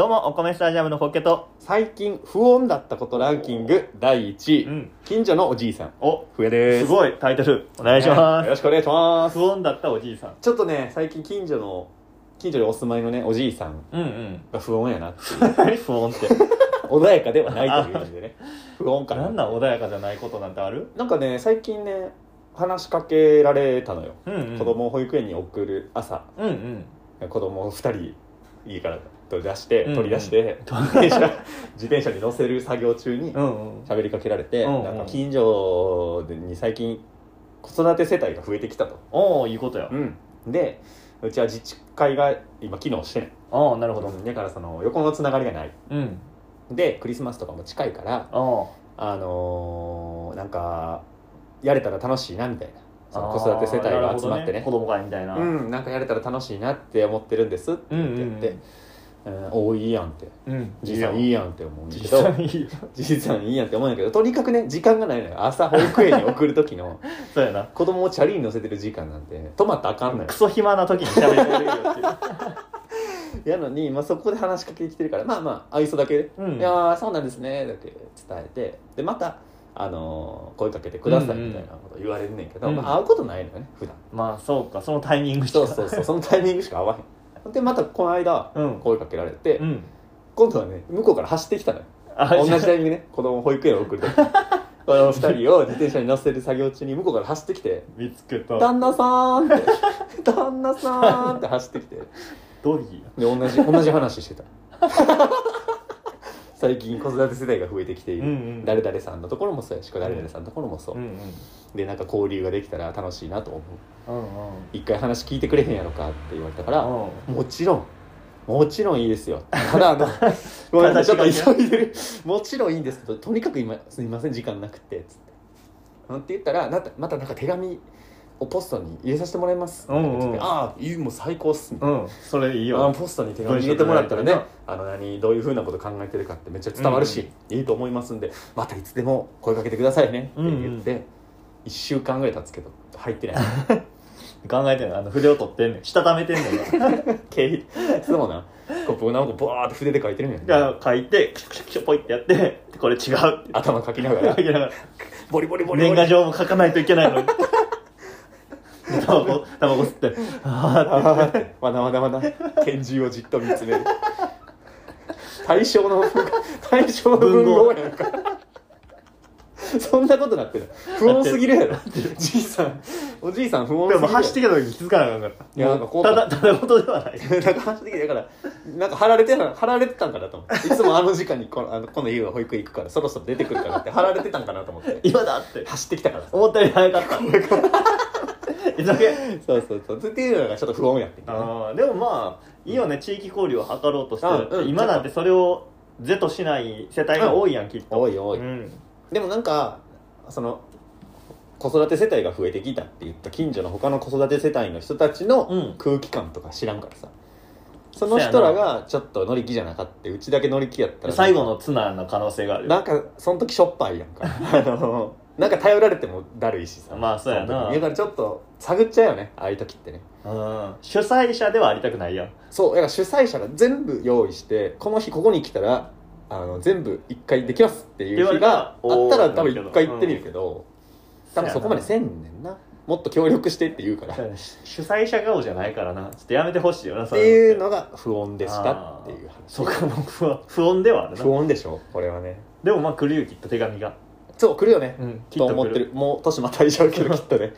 お米スタジアムのホッケと、最近不穏だったことランキング第1位、うん近所のおじいさんお笛ですいごいタイトル、お願いしまよろす。しくお願いします不穏だったおじいさん。ちょっとね最近近所の近所にお住まいのねおじいさんうんうん。が不穏 やなっていう何不穏って。穏やかではないという意味でね不穏かななんなん穏やかじゃないことなんてあるなんかね最近ね話しかけられたのよ、うんうん。子。供を保育園に送る朝うんうん。子供を2人家から取り出して、うんうん取り出して自転車自転車に乗せる作業中にうんうん。喋りかけられて、うんうんなんか近所に最近子育て世帯が増えてきたと、おー、いいことや。でうちは自治会が今機能してない、おー、なるほど。だからその横のつながりがないうん。でクリスマスとかも近いからおー。あのーなんかやれたら楽しいなみたいなそのあー子育て世帯が集まってねなるほど子供会みたいな。うん、なんかやれたら楽しいなって思ってるんですってうん言ってやって、うんおーいいやんってうん。じいさんいいやんって思うんだけ実ど際いいよ。じいさんいいやんって思うんだけどとにかくね時間がないのよ朝保育園に送る時のそうやな。子供をチャリに乗せてる時間なんて止まったらあかんのよクソ暇な時に喋れるよっていう。やのに、まあ、そこで話しかけてきてるからまあまあ愛想だけ、うんいやーそうなんですねだけ伝えてでまた、あのー声かけてくださいみたいなこと言われるねんけど、うんまあ、会うことないのよね普段まあそうか、そのタイミングしかそうそうそうそのタイミングしか会わへんでまたこの間うん。声かけられて、うん。今度はね向こうから走ってきたのよあ同じタイミングね子供を保育園を送 る時この2人を自転車に乗せる作業中に向こうから走ってきて見つけ「た。旦那さーん」 って「旦那さーん」って走ってきてでドリー。同じ同じ 話してた最近子育て世代が増えてきている、うんうん誰々さんのところもそうやし誰々さんのところもそう、うんうん。でなんか交流ができたら楽しいなと思ううんうん。一回話聞いてくれへんやろかって言われたから、うんもちろんもちろんいい ですよただあのごめんなさいちょっと急いでるもちろんいいんですけどとにかく今すみません時間なくてつってなんて言ったらなんかまたなんか手紙をポストに入れさせてもらいます、うんうんああいいもう最高っすね、うん、それいいああよ。ポストに手紙入れてもらったらね文章あの何どういうふうなこと考えてるかってめっちゃ伝わるし、いいと思いますんでまたいつでも声かけてくださいねって言って、1週間ぐらい経つけど入ってない 考えてんの、あの、筆を取ってんねん。したためてんねんな。 毛そうなこう僕なんかバーって筆で書いてるんやんじゃあ書いて、クシュクシュクシュポイってやって、これ違うって。頭書きなが書 らきながらボリボリボリボ年リ賀 状も書かないといけないのに。 タバコ、タバコ吸 って、ああーってまだまだまだ拳銃をじっと見つめる対象の対象の文豪やんかそんなことなってる不穏すぎるやろじいさんおじいさん不ー穏ですぎもる走ってきた時に気づかなあかんかいやなんかこうら。ただ、ただ事ではない。 なんか走ってきてだからなんか貼られてた貼られてたんかなと思っていつもあの時間にこのあのこの家は保育園行くからそろそろ出てくるからって貼られてたんかなと思って 今だって。走ってきたから思ったより早か った。急げ。そうそうそうっていうのがちょっと不穏やってんけどねあーでもまあ、いいよね、地域交流を図ろうとしてるってうんうん今なんてそれを是としない世帯が多いやん、きっと。多い多い、うん。でもなんかその子育て世帯が増えてきたって言った近所の他の子育て世帯の人たちうんの空気感とか知らんからさ、その人らがちょっと乗り気じゃなかったうちだけ乗り気やったら最後のツナの可能性があるよなんかその時しょっぱいやんかあのなんか頼られてもだるいしさまあそうやなの時だからちょっと探っちゃうよねああいう時ってねうん主催者ではありたくないやんそうだから主催者が全部用意してこの日ここに来たらあの全部一回できますっていう日がって言あわっれたたらら多分一回行ってみるけど、多分そこまでせせんねんなもっと協力してって言うからっ主催者顔じゃないからなちょっとやめてほしいよなそていうののが不穏でしたっていう話そうか僕は不穏ではあるな不穏でしょこれはねでもまあ来るよきっと手紙がそう来るよね、うんと思ってるもう年またいじゃう けどきっとね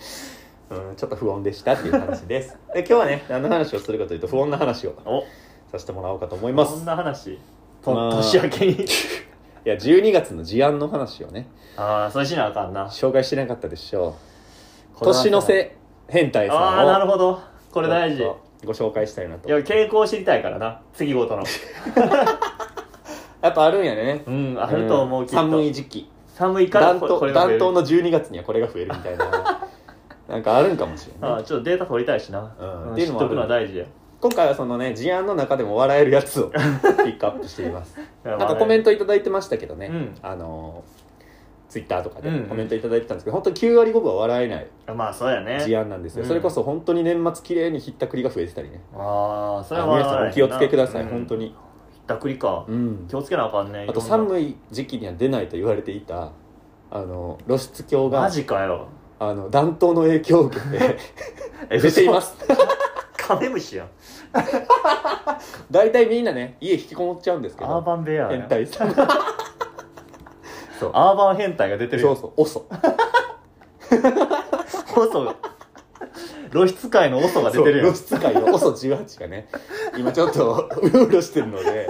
うん、ちょっと不穏でしたっていう話です で今日はね何の話をするかというと不穏な話をおさせてもらおうかと思いまそんすな話まとあ年明けに いや12月の事案の話をねああそうしなあかんな紹介してなかったでしょう年の瀬変態さんをああーなるほどこれ大事ちょっとご紹介したいなといや傾向を知りたいからな次ごと のやっぱあるんやねうんあると思うきっと寒い時期寒いから暖これこ冬れが増える暖冬の12月にはこれが増えるみたいな なんかあるんかも しれあなあいちょっとデータ取りたいしなうんうんって知いっうとのもあるくのは大事や今回はそのね事案の中でも笑えるやつをピックアップしていますななんかコメントいただいてましたけどね、うんあのツイッター Twitter とかでうんうんコメントいただいてたんですけど、本当に9割5分は笑えないまあそうやね事案なんですよ、うんそれこそ本当に年末綺麗にひったくりが増えてたりねああそれは皆さんお気をつけください、うん本当にひっったくりかうん気をつけなあかんねあといろんな寒い時期には出ないと言われていたあの露出狂マがジかよあの暖冬の影響を受けて え出ていますカメムシやん大体みんなね家引きこもっちゃうんですけアーどバンベアやん変態さんそうアーバン変態が出てるそようそうオソオソ露出界のオソが出てるよそう露出界の OSO18 がね今ちょっとうろうろしてるので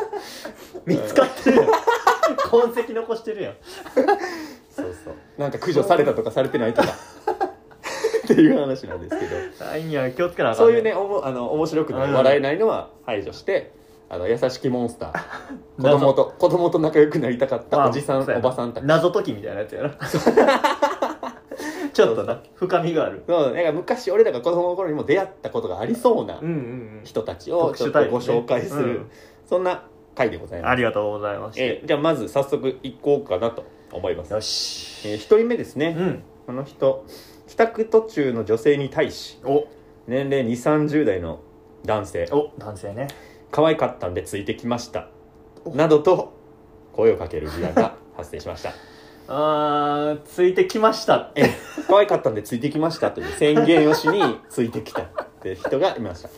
見つかってるやん痕跡残してるやんそうそうなんか駆除されたとかされてな いとかっていう話なんですけどないんや気をつけなあかんそういうねおもあの面白くないうん笑えないのは排除してあの優しきモンスター子 謎供と子供と仲良くなりたかっまたあおじさんそうやおばさんたち謎解きみたいなやつ やなちょっとな深みがあるそうなんか昔俺らが子供の頃にも出会ったことがありそうなうんうん人たちうんをちょっとご紹介する、うんそんな回でございあますりがとうございましたえーじゃあまず早速行こうかなと思いますよしえー、1人目ですね、うんこの人帰宅途中の女性に対しお年齢2 3 0代の男性お男性ね可愛かったんでついてきましたおなどと声をかける疑惑 が発生しましたあーついてきましたええ可愛かったんでついてきましたという宣言をしについてきたって人がいました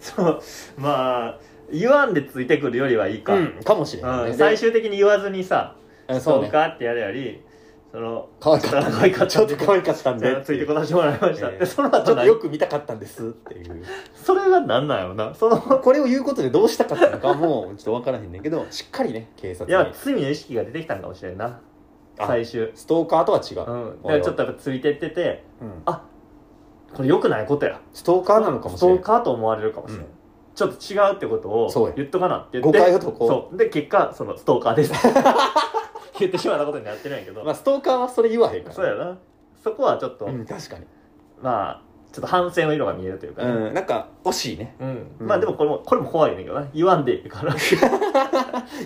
そうまあ言わんでついてくるよりはいいか、うんかもしれない、ねうんで最終的に言わずにさあそそううねかってやるよりその可愛かったんで可愛かったちょっと可愛かったんじでゃあついてここさせてもらいました、ええでそのちょっ後と何よく見たかったんですっていうそれが何なんやろなそのこれを言うことでどうしたかったのかもうちょっと分からへんねんけどしっかりね警察いにや罪の意識が出てきたんかもしれんなあ最終ストーカーとは違うう、んだからちょっとやっぱついてっててうんこれ良くないことやストーカーなのかもしれなストーいカーと思われるかもしれない、うんちょっと違うってことそうをや言っとかなって言っ誤て解を解こそうで結果そのストーカー です言ってしまったことになってるんやけうど、まあストーカーはそれ言わへんからそうやなそこはちょっと、うん確かにまあちょっと反省の色が見えるというかね、うんなんか惜しいねうんうんまあでもこれもこれも怖いねんだけどな言わんでいい から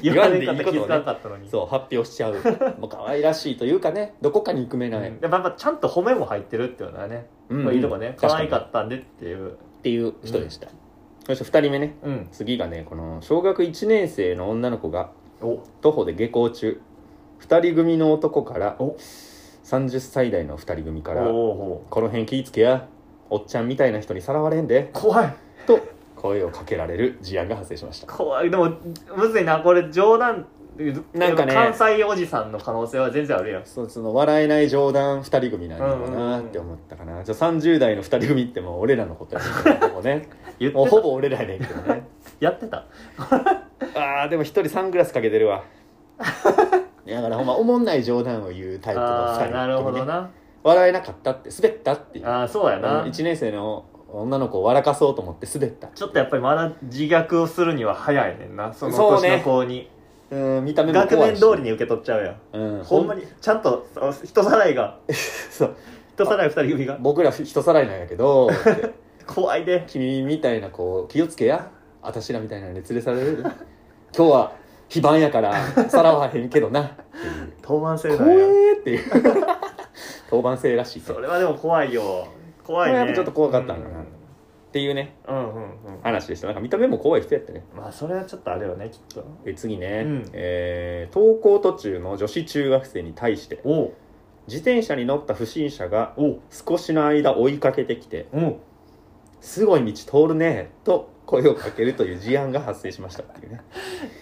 言言わわんんででいいいいかこった気づとねかなかったのにそう発表 しちゃうもう可愛らしいというかねどこかに憎めうんない、やっぱやっぱちゃんと褒めも入ってるっていうのはね、うこれいいとこね可愛かたったんでっていうっていう人でした、そして2人目ねうん次がねこの小学1年生の女の子がお徒歩で下校中2人組の男からお30歳代の2人組から「おーこの辺気ぃつけやおっちゃんみたいな人にさらわれんで怖い」と声をかけられる事案が発生しました怖いでもむずいなこれ冗談なんかね関西おじさんの可能性は全然あるやんそうその笑えない冗談2人組なんだろうなって思ったかな、じゃあ30代の2人組ってもう俺らのことやねもう ね言ってもうたほぼ俺らやねんけどねやってたあーでも1人サングラスかけてるわだからほんまおもんない冗談を言うタイプの2あ人あーなるほどねな笑えなかったって滑ったっていうああそうやな1年生の女の子を笑かそうと思って滑ったちょっとやっぱりまだ自虐をするには早いねんなそのそう年ねの子に、うん見た目も学怖い年し通りに受け取っちゃうやんうん、ほんまににちゃんとその人さらいが そう人さらい二人組が僕ら人さらいなんやけどって怖いで君みたいな子気をつけや私らみたいなのに連れ去られる 今日は非番やからさらわへんけどなっていう当番制怖だよえーっていう 当番制らしいねそれはでも怖いよ怖いこれはやっねぱちょっと怖かったんだなっていうねうんうんうんうん話でしたなんか見た目も怖い人やったねまあそれはちょっとあれよねきっとえ次ね、うんえー登校途中の女子中学生に対しておう自転車に乗った不審者がおう少しの間追いかけてきておう「すごい道通るね」と声をかけるという事案が発生しましたっていうね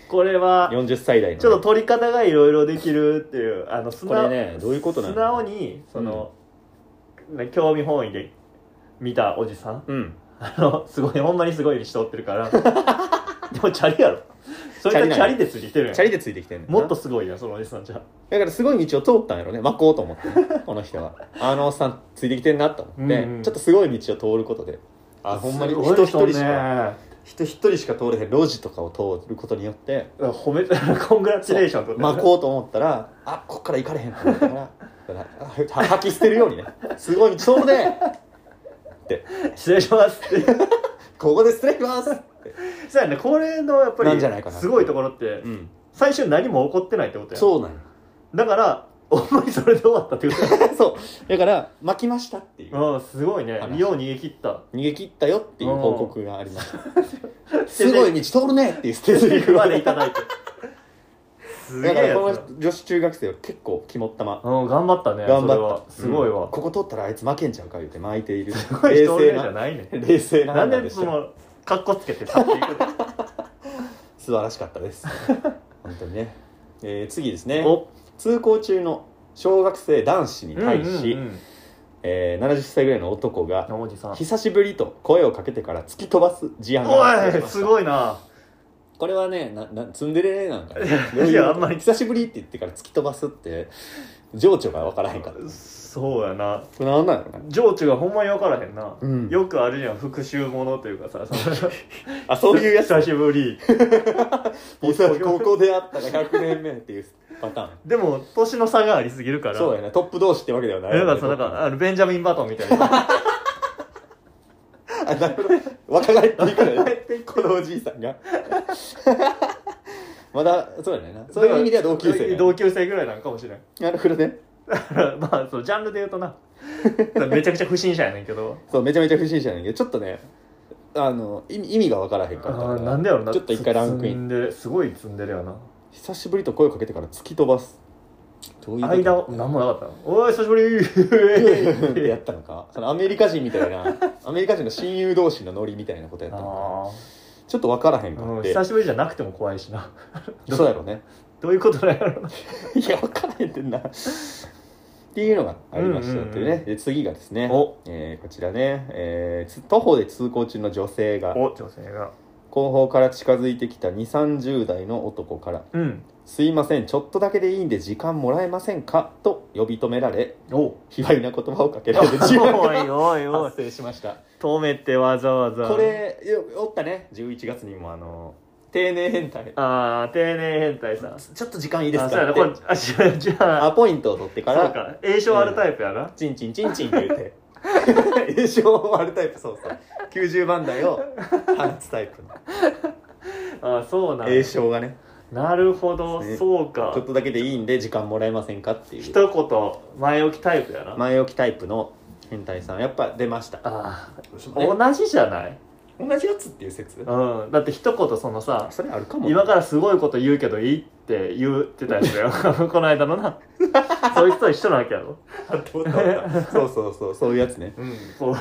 これは40歳代のね、ちょっと取り方がいろいろできるっていうあの素直これねどういうことなの素直にその、ね興味本位で見たおじさん うんあのすごいほんまにすごい人おってる からでもチャリやろそれチャリなんがやチャリでついてるやんチャリでついてきてんねんなもっとすごいやんそのおじさんじゃだからすごい道を通ったんやろね巻こう と思ってねこの人はあのおっさんついてきてんなと思って、うんうんちょっとすごい道を通ることであほんまにすごい人一人しかね人一人しか通れへん路地とかを通ることによって褒めて コングラチュレーションと巻こうと思ったらあこっから行かれへんと思ったからだからは吐き捨てるようにねすごい道通るね 失礼します ってここで失礼しますって、そうやねこれのやっぱなんじゃないかりなすごいところってうん、最初に何も起こってないってことやんそうなんやだからほんまにそれで終わったってことだ そうだから巻きましたっていううんすごいね話よう逃げ切った 逃げ切ったよっていう報告がありました捨すてご台い道通るねっていう捨て詞台詞までいただいてすげだえからこやつの女子中学生は結構肝っ玉だうん頑張ったね頑それ張はったすごいわ、うんここ取ったらあいつ負けんちゃうか言うて巻いてい るすごい冷人静俺じゃなないね冷静 なな判ん断ででしそたのかっこつけて去っていくの素晴らしかったです 本当にね、えー次です ねお通行中の小学生男子に対し、うんうんえー70歳ぐらいの男うがんおじさ「ん久しぶり」と声をかけてから突き飛ばす事案がお発生いしましたすごいなこれはねななツンデレなんかね いやどううことあんまり久しぶりって言ってから突き飛ばすって情緒が分からへんからこそうやなれなんなんやろな情緒がほんまに分からへんな、うんよくあるじゃん復讐ものというかさ そのあそういうやつ久しぶりここであったら100年目っていうパターンでも年の差がありすぎるからそうやなトップ同士ってわけではないなんかそのなんかあのベンジャミン・バトンみたいなあなるほど若返っていくからねこのおじいさん がまだそうやねんなそういう意味では同級生、ね、同級生ぐらいなんかもしれんなるほどねだから まあそのジャンルで言うと なめちゃくちゃ不審者やねんけどそうめちゃめちゃ不審者やねんけどちょっとねあの意味意味が分からへんかったからなんでやろなちょっと一回ランクイン積んでるすごい積んでるよな久しぶりと声をかけてから突き飛ばすどういうこと間を何もなかったのおい久しぶり って やったのかそのアメリカ人みたいなアメリカ人の親友同士のノリみたいなことやったの あかちょっと分からへんーかうっんて久しぶりじゃなくても怖いしなそうやろねどういうことだよ いや分からへんてんなっていうのがありましたっていううね、んうんうんで次がですねおえーこちらね、えーつ徒歩で通行中の女性が後お女性が方から近づいてきた2 3 0代の男からうん「すいませんちょっとだけでいいんで時間もらえませんか?」と呼び止められお卑猥な言葉をかけら れる事案おいおいがおい 発生しました止めてわざわざこれよおったね11月にもあの定年変態ああ丁寧変態さんちょっと時間いいいですそうやなかっこれてあじゃあじゃアあポイントを取ってかそうらか栄称あるタイプやなチンチンチンチンって 言うて炎症を割るタイプそうそう90番台を放つタイプのあーそうなんや炎症がねなるほどねそうちょかっとだけでいいんで時間もらえませんかっていう一言前置きタイプやな前置きタイプの変態さんやっぱ出ましたあーお同じじゃない同じやつっていう説うんだって一言そのさそれあるかも今からすごいこと言うけどいいって言ってたやつ だよこの間のなそいつと一緒なわけやろあったあったあったそうそうそうそういうやつねうんそう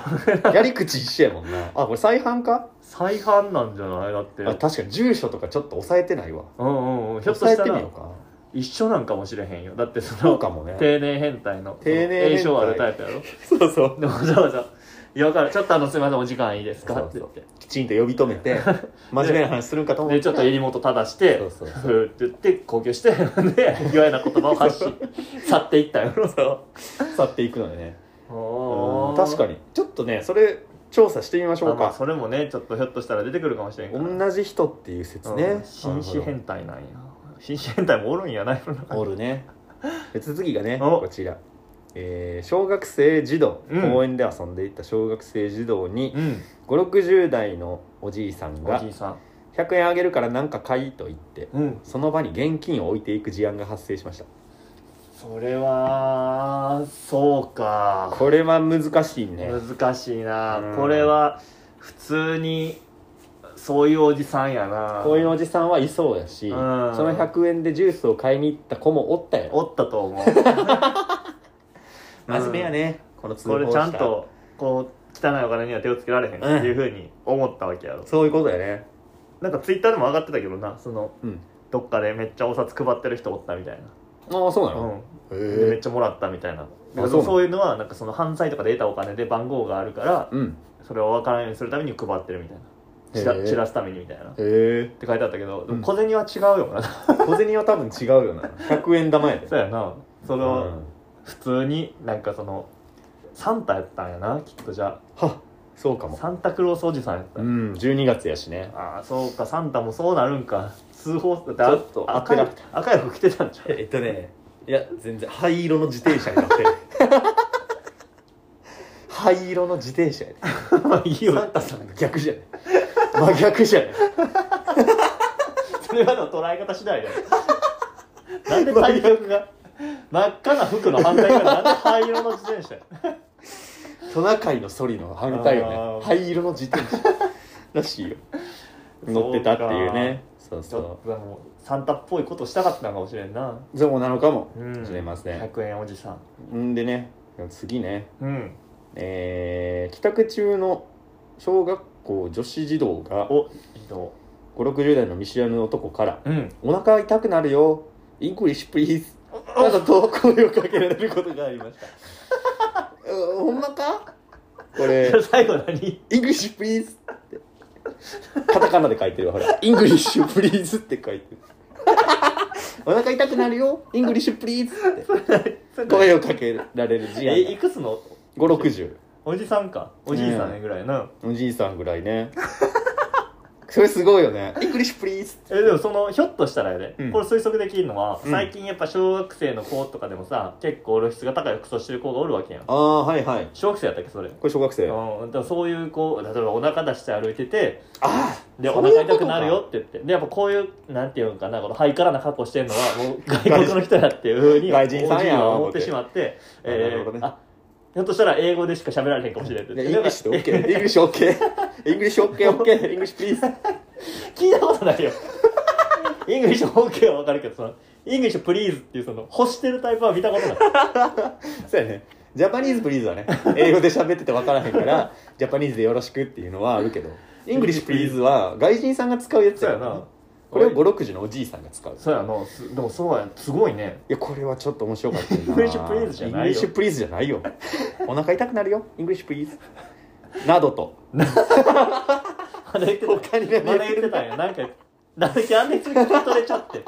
やり口一緒やもんなあこれ再販か再犯なんじゃないだってあ確かに住所とかちょっと抑えてないわうんうんうんひょっと抑えしたてみらようか一緒なんかもしれへんよだってそそうのかもね定年変態の定年変態栄称あるタイプやろそうそうでわざわざ「いやわかるちょっとあのすいませんお時間いいですか?」って言ってきちんと呼び止め て真面目な話するんかと思ったでちょっと襟元正してそうふそうーって言って呼吸して で卑猥な言葉を発し去っていった よ去っていくのでねおー確かにちょっとねそれ調査してみましょまうあまあかそれもねちょっとひょっとしたら出てくるかもしれんから同じ人っていう説ねうん紳士変態なんや紳士変態もおるんやないの中におるねで次がねおこちら、えー小学生児童、うん公園で遊んでいた小学生児童にうん560代のおじいさんおがじいさん「100円あげるから何か買い」と言ってうんその場に現金を置いていく事案が発生しましたそれはそうかこれは難しいね難しいな、うんこれは普通にそういうおじさんやなこういうおじさんはいそうやしうそんの100円でジュースを買いに行った子もおったよおったと思う真面目やねこの通こ報れしちたゃんとこう汚いお金には手をつけられへんっていうふうに思ったわけやろ、そういうことやねなんかツイッターでも上がってたけどなそのうんどっかでめっちゃお札配ってる人おったみたいああそうなな、の、うん、でめっへえちゃもらったみたいなあそうなのそういうのはなんかその犯罪とかで得たお金で番号があるからうんそれを分からないようにするために配ってるみたいな知らへえ知らすためにみたいなっへえて書いてあったけどでうんも小銭は違うよな、 小銭は多分違うよな100円玉やでそうやなそれうをん普通になんかそのサンタやったんやなきっとじゃはそうかあもサンタクロースおじさんやった、うん12月やしねああそうかサンタもそうなるんか通報だってちあょっと赤い当て赤い服着てたんちゃうえっとねいや全然灰色の自転車にな ってる灰色の自転車やでまあいいサよンタさんが逆じゃない真逆じゃない それはでも捉え方次第だよなんで体格が真っ赤な服の反対側なんで灰色の自転車やトナカイのソリの反対あよーね灰色の自転車らしいよ乗ってたっていうねそうちょそっともうサンタっぽいことしたかったのかもしれんなうそうなのかもうんしれません、 100円おじさんんでね次ねうんえー帰宅中の小学校女子児童がお移動560代の見知らぬ男からうん「お腹痛くなるよイングリッシュプリーズ」などと声をかけられるこ とがありましたうほんまかこれ最後何イングリッシュプリーズって。カタカナで書いてるわ、ほら。イングリッシュプリーズって書いてる。お腹痛くなるよ、イングリッシュプリーズって。声をかけられる字えい案。くつの五六十。おじさんかおじいさんねぐらいやな、おじいさんぐらいね。 それすごいよね。イングリッシュプリーズって。えでもそのひょっとしたらやで、うんこれ推測できるのは、うん最近やっぱ小学生の子とかでもさ結構露出が高い服装してる子がおるわけやんああ、はいはい。小学生やったっけそれこれ小学生。あうん、だからそういう子例えばお腹出して歩いててあでおそういう腹ことか痛くなるよって言ってでやっぱこういうなんていうのかなこのハイカラな格好してるのは もう外国の人やっていうふうに外人おさんやじいは思ってしまって、あえなるほどーねあひょっとしたら英語でしか喋られへんかもしれないってー。言でっイてングリッシュって OK。イングリッシュ OK。イン グリッシュ OK、OK。イングリッシュプリーズ。聞いたことないよイングリッシュ OK はわかるけどそのイングリッシュプリーズっていうその欲してるタイプは見たことないそうやね。ジャパニーズプリーズはね、英語で喋ってて分からへんから、ジャパニーズでよろしくっていうのはあるけど、イングリッシュプリーズは外人さんが使うやつそうややからねなこれを5、6時のおじいさんが使う。いそうやなすでもそうやすごいねや、これはちょっと面白かったよな。イングリッシュプリーズじゃないよイングリッシュプリーズじゃないよ。お腹痛くなるよ。イングリッシュプリーズ。な どと。まだ言って他にねまだ言ってたんやなんかなんであんなに聞き取れちゃってっ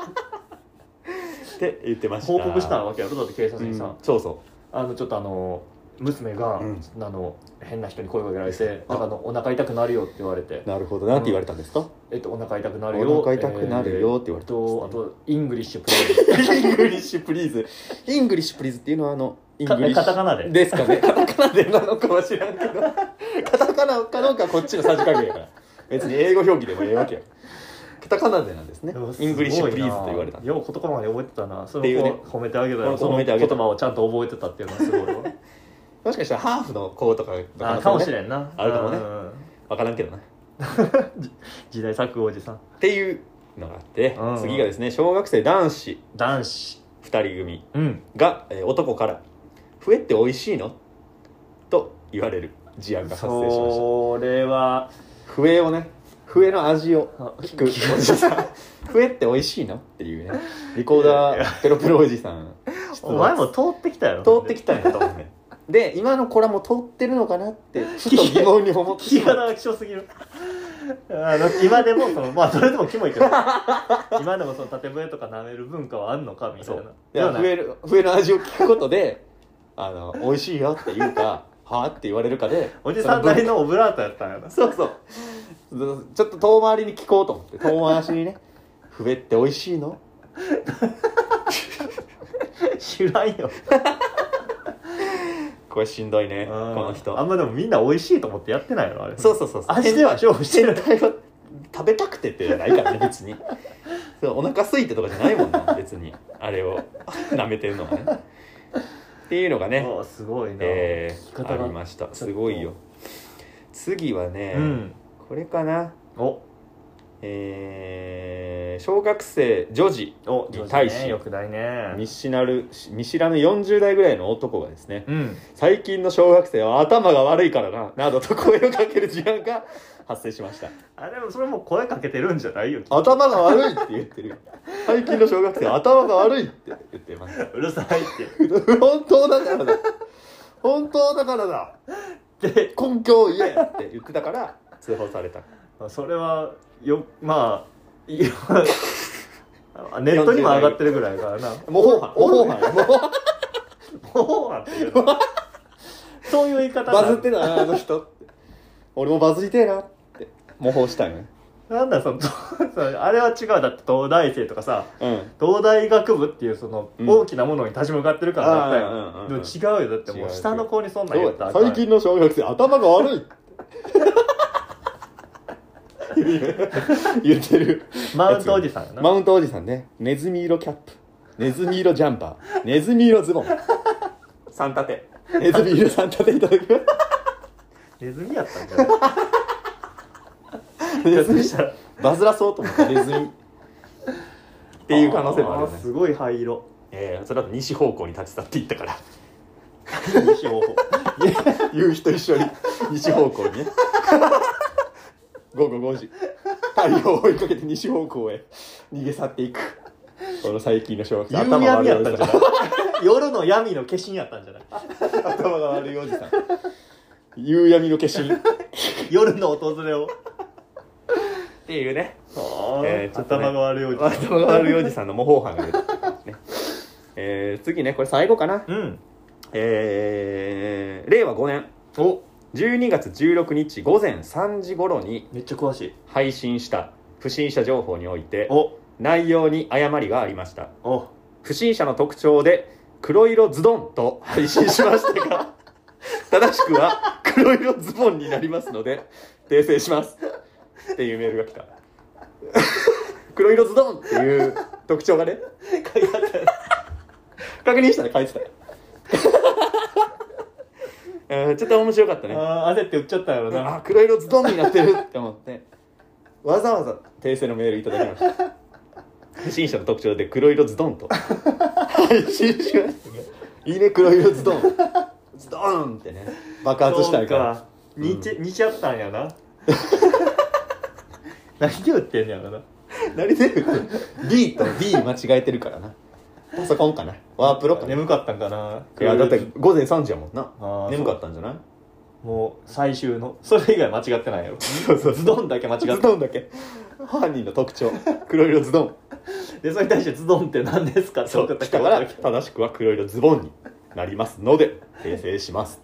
て言ってました。報告したわけやろだって警察にさ、うんそうそあのちょっとあの娘が、うんあの変な人に声をかけられて「あなんかあのお腹痛くなるよ」って言われてう。なるほど。なんて言われたんですか、 「えっとお腹痛くなるよ」お腹痛くなるよって言われたえんですねーっとあとイングリッシュプレイングリッシュプリーズ。イングリッシュプリーズっていうのはあの、イングリッシュ。カタカナでですかね。カタカナでなのかは知らんけど。カタカナかどうかはこっちのさじ加減やから。別に英語表記でもええわけよ。カタカナでなんですね。イングリッシュプリーズと言われた。よう言葉まで覚えてたなそっていれうねを褒めてあげたよこそれの褒めてあげ言た葉をちゃんと覚えてたっていうのはすごい わもしかしたらハーフの子とかあーかもしれん。んなあるかもねうんうんうんわからんけどな。っ時代錯誤おじさんていうのがあってうん、次がですね、小学生男子男子2人組うんが、えー男から、増えって美味しいのと言われる事案が発生しました。それは笛をね笛の味をあ聞くおじさん 笛って美味しいのっていうねリコーダーペロペロおじさんお前も通ってきたやろ通ってきたんやと思うね で今の子らも通ってるのかなってちょっと疑問に思って気しまうが希少すぎるあの今でもそのまあそれでもキモいけど 今でもその縦笛とか舐める文化はあんのかみたそいなういではやない笛の笛の味を聞くことであの美味しいよって言うか はあって言われるかでおじさんなりのオブラートやったんやなそうそうずちょっと遠回りに聞こうと思って遠回しに ね「笛って美味しいの?」知らんよこれしんどいねこうんの人あんまでもみんな美味しいと思ってやってないのあれそううそうそうそう味では勝負してる変態は食べたくてってじゃないからね別にそうお腹空いてとかじゃないもんな別にあれを舐めてるのはねっていうのがね おすごいな、え聞きー、方がありましたすごいよ次はね、うんこれかなおえー小学生女児おに対し上手ねよくないね見知らぬ見知らぬ40代ぐらいの男がですね、うん最近の小学生は頭が悪いからななどと声をかける時間が発生しましたあれもそれもう声かけてるんじゃない よ頭が悪いって言ってる最近の小学生は頭が悪いって言ってますうるさいっ本当だからだ本当だからだてで根拠を言えって言ってたから通報されたまあそれはよまあ いあネットにも上がってるぐらいやからな模倣犯模倣犯模倣犯模倣犯っていう のそういう言い方バズってるたなあの人俺もバズりてえなって模倣したんよなんだその そのあれは違うだって東大生とかさうん東大学部っていうそのうん大きなものに立ち向かってるからだったあーうんうんよう、んでも違うよだってもう違う下の子にそんなんど言うったやらあったかん最近の小学生頭が悪い って言ってるマウントおじさんやなマウントおじさんねネズミ色キャップネズミ色ジャンパーネズミ色ズボン三立てネズミ色三立ていた だきますネズミやったんじゃないネズそミしたらっバズらそうと思ったネズミっていう可能性もあるよねすごい灰 色えーそれだと西方向に立ち去っていったから西方向夕日と一緒に西方向にね午後5時太陽を追いかけて西方向へ逃げ去っていくこの最近の小学生夕闇やったんじゃさんない 夜の闇の化身やったんじゃない頭が悪いおじさん夕闇の化身夜の訪れをっていうねえーちょっとね頭が悪いおじさん頭が悪いおじさんの模倣犯が出た、ねえー次ねこれ最後かなうんえー令和5年お12月16日午前3時頃にめっちゃ詳しい配信した不審者情報においてお内容に誤りがありましたお不審者の特徴で黒色ズドンと配信しました が正しくは黒色ズボンになりますので訂正しますっていうメールが来た 黒色ズドンっていう特徴がね書いてあったよ 確認したら書いてた うんちょっと面白かったねあー焦って売っちゃったやろなあ黒色ズドンになってる って思ってわざわざ訂正のメールいただきました不審者の特徴で黒色ズド ンと配信しましたいいね黒色ズドンズドンってね爆発したいからそう似ち似ちゃったんや な何で売ってんねやろな何で D と D 間違えてるからなパソコンかなワープロかな眠かったんかないやだって午前3時やもんなあー眠かったんじゃないもう最終のそれ以外間違ってないやろそうそうズドンだけ間違っズてドンだけ犯人の特徴黒色ズドンでそれに対してズドンって何ですかってそ送うった来人たがかおったらわけ正しくは黒色ズボンになりますので訂正します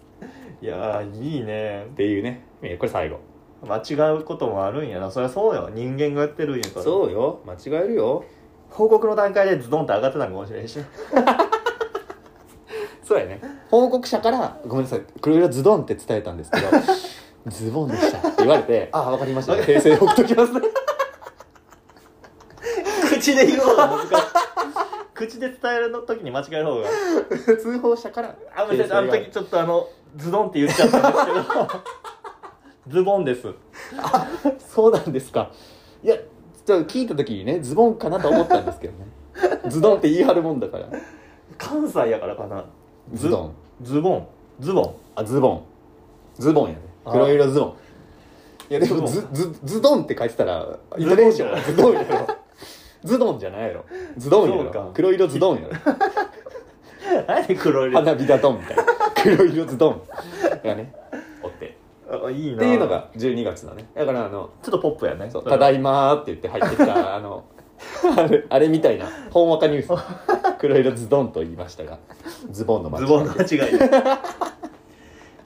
いやーいいねっていうねえーこれ最後間違うこともあるんやなそりゃそうよ人間がやってるんやからそうよ間違えるよ報告の段階でズドンって上がってたんかもしれん しそうやね報告者から「ごめんなさい黒色ズドン」って伝えたんですけど「 ズボンでした」って言われて「ああ分かりました、 訂正送っときますね口で言う方が難しい 口で伝えるの時に間違える方が」 通報者からあの先生あの時ちょっとあのズドンって言っちゃったんです けどズボンですそうなんですかいやちょっと聞いた時にねズボンかなと思ったんですけどねズドンって言い張るもんだから関西やからかなズドンズボンズボンあズボンズボンやねあ黒色ズボンいやでもズズボズズドンって書いてたらイズボンントネーションはズドンやろズドンじゃないやろズドンやそうかろ黒色ズドンや ろ 何で黒色花火だドンみたいな黒色ズドンがねおってっあいいなていうのが12月だねだからあのちょっとポップやね「そうただいま」って言って入ってき たあのあれあれみたいなほんわかニュース黒色ズドンと言いましたがズボンの間違いズボンの間違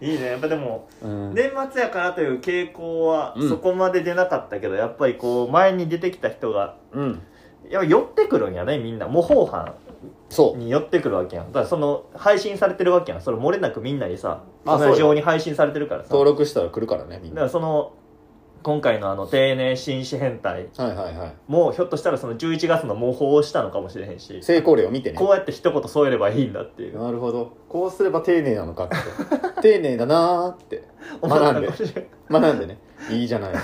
い いいねやっぱでもうん年末やからという傾向はうんそこまで出なかったけど、やっぱりこう前に出てきた人がうんやっぱ寄ってくるんやねみんな模倣犯そうに寄ってくるわけやんだからその配信されてるわけやんそれ漏れなくみんなにさあ同そうよじように配信されてるからさ登録したら来るからねみんだかならその今回のあの定年紳士変態はいはいはいもひょっとしたらその11月の模倣をしたのかもしれへんし成功例を見てねこうやって一言添えればいいんだっていうなるほどこうすれば丁寧なのかって 丁寧だなーって学んで 思ったかもしれん学んでねいいじゃない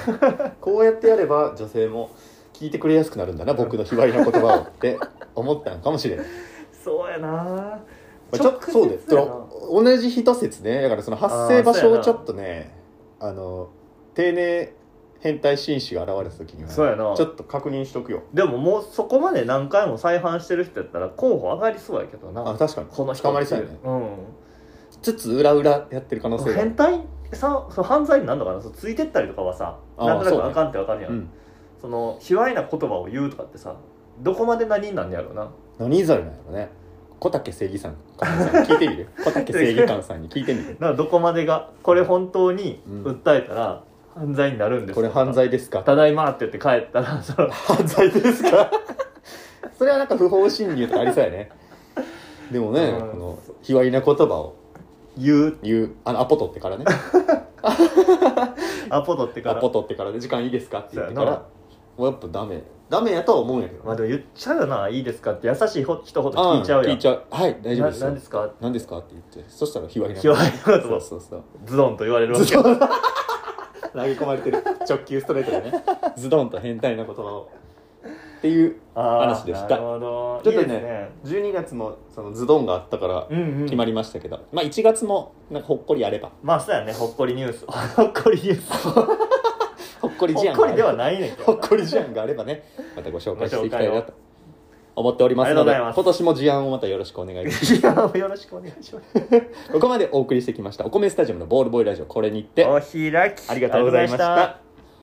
こうやってやれば女性も聞いてくれやすくなるんだな僕の卑猥な言葉をって思ったんかもしれない、まそうやなあ、ちょっとそうですその同じ人説ねだからその発生場所をちょっとねあの丁寧変態紳士が現れた時にはそうやなちょっと確認しとくよでももうそこまで何回も再販してる人やったら候補上がりそうやけどあな確かにこの人捕まりそうやねうつつ裏裏やってる可能ん性があ変る態さそう犯罪になんのかなそうついてったりとかはさあーなんとなそうくねあかんってわかるやうんんその卑猥な言葉を言うとかってさどこまで何になんねやろうな何それなんやろね小竹正義さんかなさん聞いてみる小竹正義感さんに聞いてみる だからどこまでがこれ本当にうん訴えたら犯罪になるんですこれ犯罪ですかただいまって言って帰ったら その犯罪ですか それはなんか不法侵入とかありそうやねでもねうんこの卑猥な言葉を言う言うあのアポ取っ てからねアポ取ってかアらポ取ってからで時間いいですかって言ってかそうやらもうやっぱダメダメやとは思うんやけどまあでも言っちゃうよな「いいですか?」って優しいほ人ほどあ聞いちゃうやん聞いちゃうはい大丈夫ですななんですか何ですかって言ってそしたら卑猥な卑猥なそうそうそうズドンと言われるわけズよドン投げ込まれてる直球ストレートでねズドンと変態な言葉をっていうあー話でしなたるほどちょっとねいいですね12月もそのズドンがあったからうんうん決まりましたけど、まあ1月もなんかほっこりやればまあそうやねほっこりニュース ほっこりニュースほっほっこり事案がこありれでばはないねんけほどっこり事案があればねまたご紹介していきたいごな紹介と思っておりますのありがとうでございます今年も事案をまたよろしくお願いしますいやよろしくお願いしますここまでお送りしてきましたお米スタジアムのボールボーイラジオこれにてお開きありがとうございました